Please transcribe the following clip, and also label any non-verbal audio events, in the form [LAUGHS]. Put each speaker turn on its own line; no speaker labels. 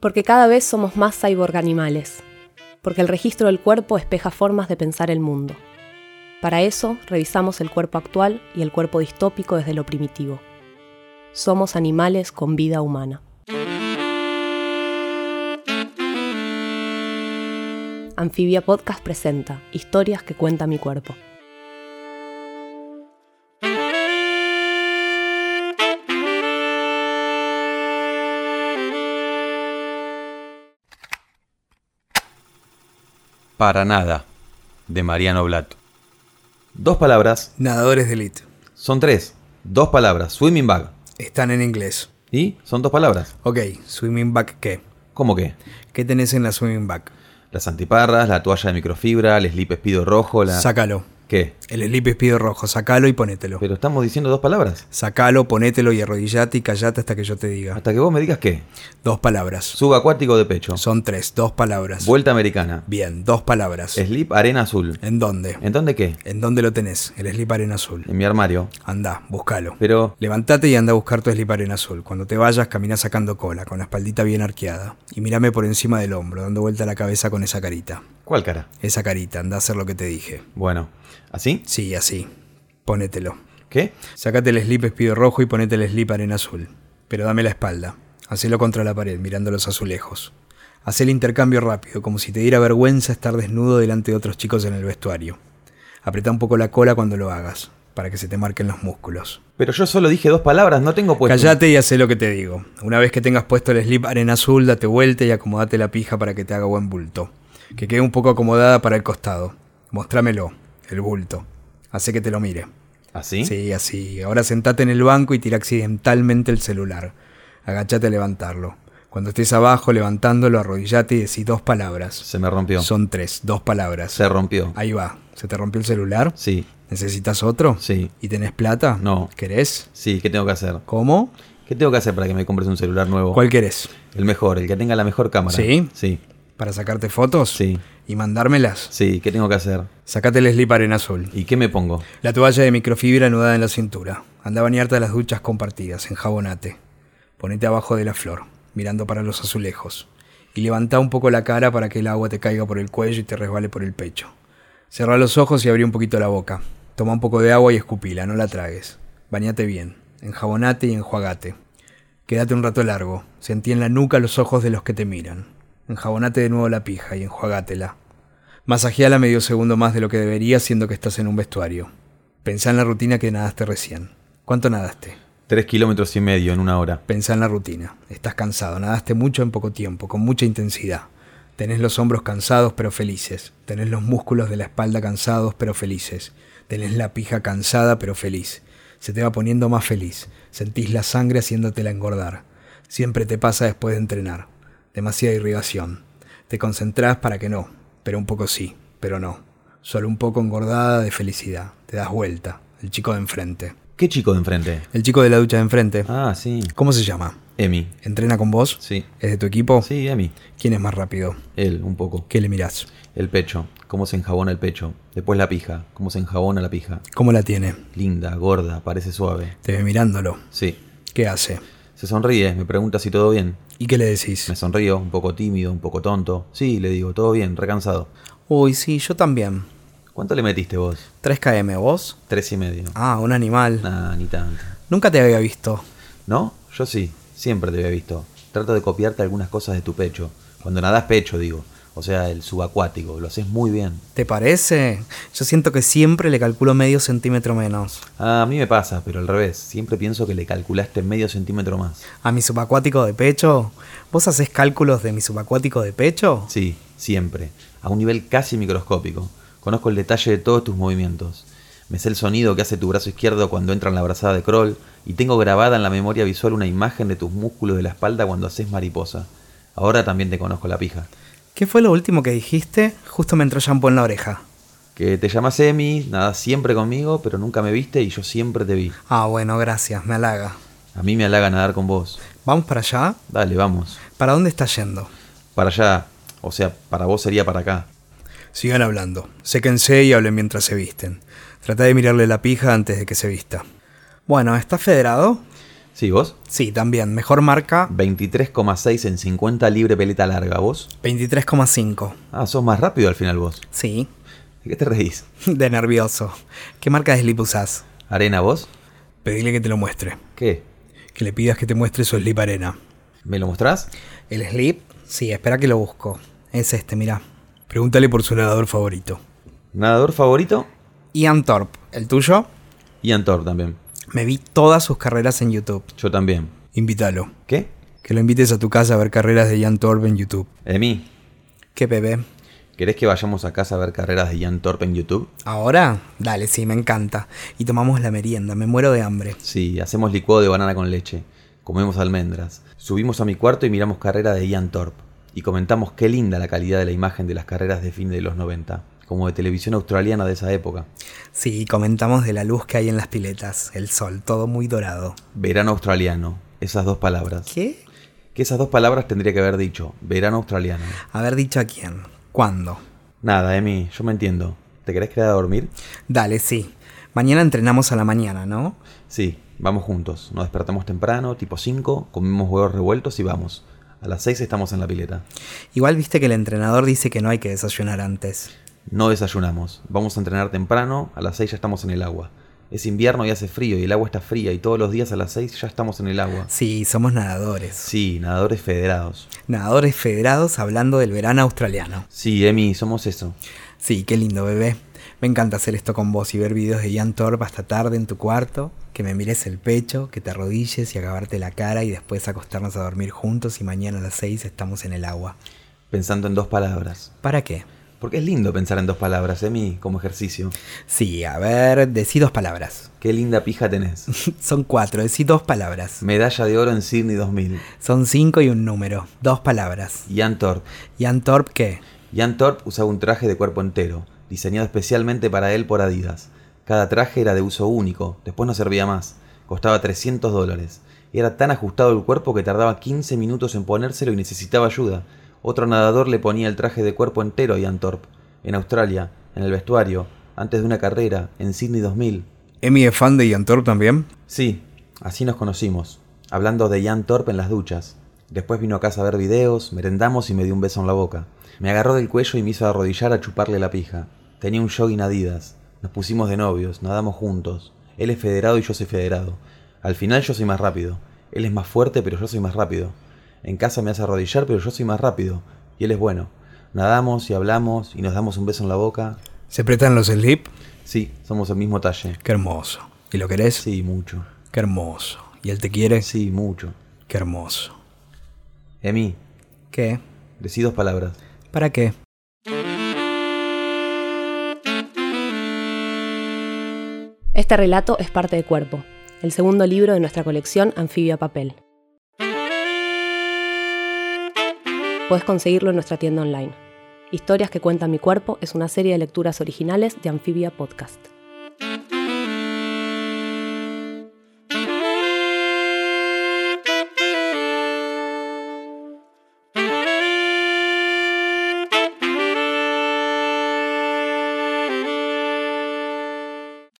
porque cada vez somos más cyborg animales, porque el registro del cuerpo espeja formas de pensar el mundo. Para eso, revisamos el cuerpo actual y el cuerpo distópico desde lo primitivo. Somos animales con vida humana. Anfibia Podcast presenta Historias que cuenta mi cuerpo.
Para nada, de Mariano Blato. Dos palabras,
Nadadores de Elite.
son tres. Dos palabras, swimming bag.
Están en inglés.
¿Y? Son dos palabras.
Ok, swimming back qué.
¿Cómo qué?
¿Qué tenés en la swimming back?
Las antiparras, la toalla de microfibra, el slip espido rojo, la...
Sácalo.
¿Qué?
El slip es pido rojo, sacalo y ponételo.
Pero estamos diciendo dos palabras.
Sacalo, ponételo y arrodillate y callate hasta que yo te diga.
Hasta que vos me digas qué.
Dos palabras.
Subacuático de pecho.
Son tres, dos palabras.
Vuelta americana.
Bien, dos palabras.
Slip arena azul.
¿En dónde?
¿En dónde qué?
¿En dónde lo tenés? El slip arena azul.
En mi armario.
Anda, búscalo.
Pero...
Levantate y anda a buscar tu slip arena azul. Cuando te vayas, camina sacando cola, con la espaldita bien arqueada. Y mírame por encima del hombro, dando vuelta la cabeza con esa carita.
¿Cuál cara?
Esa carita, anda a hacer lo que te dije.
Bueno. ¿Así?
Sí, así. Ponételo.
¿Qué?
Sacate el slip espido rojo y ponete el slip arena azul. Pero dame la espalda. Hacelo contra la pared, mirando los azulejos. Haz el intercambio rápido, como si te diera vergüenza estar desnudo delante de otros chicos en el vestuario. Apreta un poco la cola cuando lo hagas, para que se te marquen los músculos.
Pero yo solo dije dos palabras, no tengo puesto...
Callate y hacé lo que te digo. Una vez que tengas puesto el slip arena azul, date vuelta y acomodate la pija para que te haga buen bulto. Que quede un poco acomodada para el costado. Mostrámelo, el bulto. Hacé que te lo mire.
¿Así?
Sí, así. Ahora sentate en el banco y tira accidentalmente el celular. Agachate a levantarlo. Cuando estés abajo levantándolo, arrodillate y decís dos palabras.
Se me rompió.
Son tres, dos palabras.
Se rompió.
Ahí va. ¿Se te rompió el celular?
Sí.
¿Necesitas otro?
Sí.
¿Y tenés plata?
No.
¿Querés?
Sí, ¿qué tengo que hacer?
¿Cómo?
¿Qué tengo que hacer para que me compres un celular nuevo?
¿Cuál querés?
El mejor, el que tenga la mejor cámara.
¿Sí?
Sí.
¿Para sacarte fotos?
Sí.
¿Y mandármelas?
Sí, ¿qué tengo que hacer?
Sacate el slip arena azul.
¿Y qué me pongo?
La toalla de microfibra anudada en la cintura. Anda a bañarte a las duchas compartidas, enjabonate. Ponete abajo de la flor, mirando para los azulejos. Y levanta un poco la cara para que el agua te caiga por el cuello y te resbale por el pecho. Cerra los ojos y abrí un poquito la boca. Toma un poco de agua y escupila, no la tragues. Bañate bien, enjabonate y enjuagate. Quédate un rato largo, sentí en la nuca los ojos de los que te miran. Enjabonate de nuevo la pija y enjuagátela. Masajeala medio segundo más de lo que debería siendo que estás en un vestuario. Pensá en la rutina que nadaste recién. ¿Cuánto nadaste?
Tres kilómetros y medio en una hora.
Pensá en la rutina. Estás cansado, nadaste mucho en poco tiempo, con mucha intensidad. Tenés los hombros cansados pero felices. Tenés los músculos de la espalda cansados pero felices. Tenés la pija cansada pero feliz. Se te va poniendo más feliz. Sentís la sangre haciéndotela engordar. Siempre te pasa después de entrenar. Demasiada irrigación. Te concentrás para que no, pero un poco sí, pero no. Solo un poco engordada de felicidad. Te das vuelta. El chico de enfrente.
¿Qué chico de enfrente?
El chico de la ducha de enfrente.
Ah, sí.
¿Cómo se llama?
Emi.
¿Entrena con vos?
Sí.
¿Es de tu equipo?
Sí, Emi.
¿Quién es más rápido?
Él, un poco.
¿Qué le mirás?
El pecho. Cómo se enjabona el pecho. Después la pija. Cómo se enjabona la pija.
¿Cómo la tiene?
Linda, gorda, parece suave.
Te ve mirándolo.
Sí.
¿Qué hace?
Se sonríe, me pregunta si todo bien.
¿Y qué le decís?
Me sonrío, un poco tímido, un poco tonto. Sí, le digo, todo bien, recansado.
Uy, sí, yo también.
¿Cuánto le metiste vos?
3KM, ¿vos?
Tres y medio.
Ah, un animal.
Nah, ni tanto.
Nunca te había visto.
¿No? Yo sí, siempre te había visto. Trato de copiarte algunas cosas de tu pecho. Cuando nadás pecho, digo. O sea, el subacuático. Lo haces muy bien.
¿Te parece? Yo siento que siempre le calculo medio centímetro menos.
Ah, A mí me pasa, pero al revés. Siempre pienso que le calculaste medio centímetro más.
¿A mi subacuático de pecho? ¿Vos haces cálculos de mi subacuático de pecho?
Sí, siempre. A un nivel casi microscópico. Conozco el detalle de todos tus movimientos. Me sé el sonido que hace tu brazo izquierdo cuando entra en la brazada de Kroll y tengo grabada en la memoria visual una imagen de tus músculos de la espalda cuando haces mariposa. Ahora también te conozco la pija.
¿Qué fue lo último que dijiste? Justo me entró shampoo en la oreja.
Que te llamas Emi, nadás siempre conmigo, pero nunca me viste y yo siempre te vi.
Ah, bueno, gracias, me halaga.
A mí me halaga nadar con vos.
¿Vamos para allá?
Dale, vamos.
¿Para dónde está yendo?
Para allá. O sea, para vos sería para acá.
Sigan hablando. Séquense y hablen mientras se visten. Trata de mirarle la pija antes de que se vista. Bueno, ¿está federado?
Sí, vos.
Sí, también. Mejor marca,
23,6 en 50 libre peleta larga, vos.
23,5.
Ah, sos más rápido al final vos.
Sí, [LAUGHS]
¿De qué te reís?
de nervioso. ¿Qué marca de slip usás?
¿Arena vos?
Pedile que te lo muestre.
¿Qué?
Que le pidas que te muestre su slip arena.
¿Me lo mostrás?
¿El slip? Sí, espera que lo busco. Es este, mirá. Pregúntale por su nadador favorito.
¿Nadador favorito?
Ian Thorpe, ¿el tuyo?
Ian Thor también.
Me vi todas sus carreras en YouTube.
Yo también.
Invítalo.
¿Qué?
Que lo invites a tu casa a ver carreras de Ian Thorpe en YouTube.
Emi,
¿Qué bebé?
¿querés que vayamos a casa a ver carreras de Ian Thorpe en YouTube?
¿Ahora? Dale, sí, me encanta. Y tomamos la merienda, me muero de hambre.
Sí, hacemos licuado de banana con leche, comemos almendras, subimos a mi cuarto y miramos carrera de Ian Thorpe. Y comentamos qué linda la calidad de la imagen de las carreras de fin de los 90, como de televisión australiana de esa época.
Sí, comentamos de la luz que hay en las piletas, el sol, todo muy dorado.
Verano australiano, esas dos palabras.
¿Qué?
Que esas dos palabras tendría que haber dicho, verano australiano.
Haber dicho a quién, cuándo.
Nada, Emi, yo me entiendo. ¿Te querés quedar a dormir?
Dale, sí. Mañana entrenamos a la mañana, ¿no?
Sí, vamos juntos. Nos despertamos temprano, tipo 5, comemos huevos revueltos y vamos. A las 6 estamos en la pileta.
Igual viste que el entrenador dice que no hay que desayunar antes.
No desayunamos. Vamos a entrenar temprano, a las 6 ya estamos en el agua. Es invierno y hace frío y el agua está fría y todos los días a las 6 ya estamos en el agua.
Sí, somos nadadores.
Sí, nadadores federados.
Nadadores federados hablando del verano australiano.
Sí, Emi, somos eso.
Sí, qué lindo, bebé. Me encanta hacer esto con vos y ver videos de Ian Thorpe hasta tarde en tu cuarto, que me mires el pecho, que te arrodilles y acabarte la cara y después acostarnos a dormir juntos y mañana a las 6 estamos en el agua.
Pensando en dos palabras.
¿Para qué?
Porque es lindo pensar en dos palabras, Emi, como ejercicio.
Sí, a ver, decí dos palabras. [LAUGHS]
Qué linda pija tenés.
Son cuatro, decí dos palabras.
Medalla de oro en Sydney 2000.
Son cinco y un número, dos palabras.
Ian Thorpe.
Ian Thorpe, ¿qué?
Jan Thorpe usaba un traje de cuerpo entero, diseñado especialmente para él por Adidas. Cada traje era de uso único, después no servía más. Costaba 300 dólares. Era tan ajustado el cuerpo que tardaba 15 minutos en ponérselo y necesitaba ayuda. Otro nadador le ponía el traje de cuerpo entero a Jan Thorpe. En Australia, en el vestuario, antes de una carrera, en Sydney 2000.
¿Emi es fan de Ian Thorpe también?
Sí, así nos conocimos, hablando de Jan Thorpe en las duchas. Después vino a casa a ver videos, merendamos y me dio un beso en la boca. Me agarró del cuello y me hizo arrodillar a chuparle la pija. Tenía un jogging Adidas. Nos pusimos de novios, nadamos juntos. Él es federado y yo soy federado. Al final yo soy más rápido. Él es más fuerte, pero yo soy más rápido. En casa me hace arrodillar, pero yo soy más rápido. Y él es bueno. Nadamos y hablamos y nos damos un beso en la boca.
¿Se prestan los slip?
Sí, somos el mismo talle.
Qué hermoso. ¿Y lo querés?
Sí, mucho.
Qué hermoso. ¿Y él te quiere?
Sí, mucho.
Qué hermoso.
Emi,
¿Qué?
decí dos palabras.
¿Para qué?
Este relato es parte de Cuerpo, el segundo libro de nuestra colección Anfibia Papel. Puedes conseguirlo en nuestra tienda online. Historias que cuentan mi cuerpo es una serie de lecturas originales de Anfibia Podcast.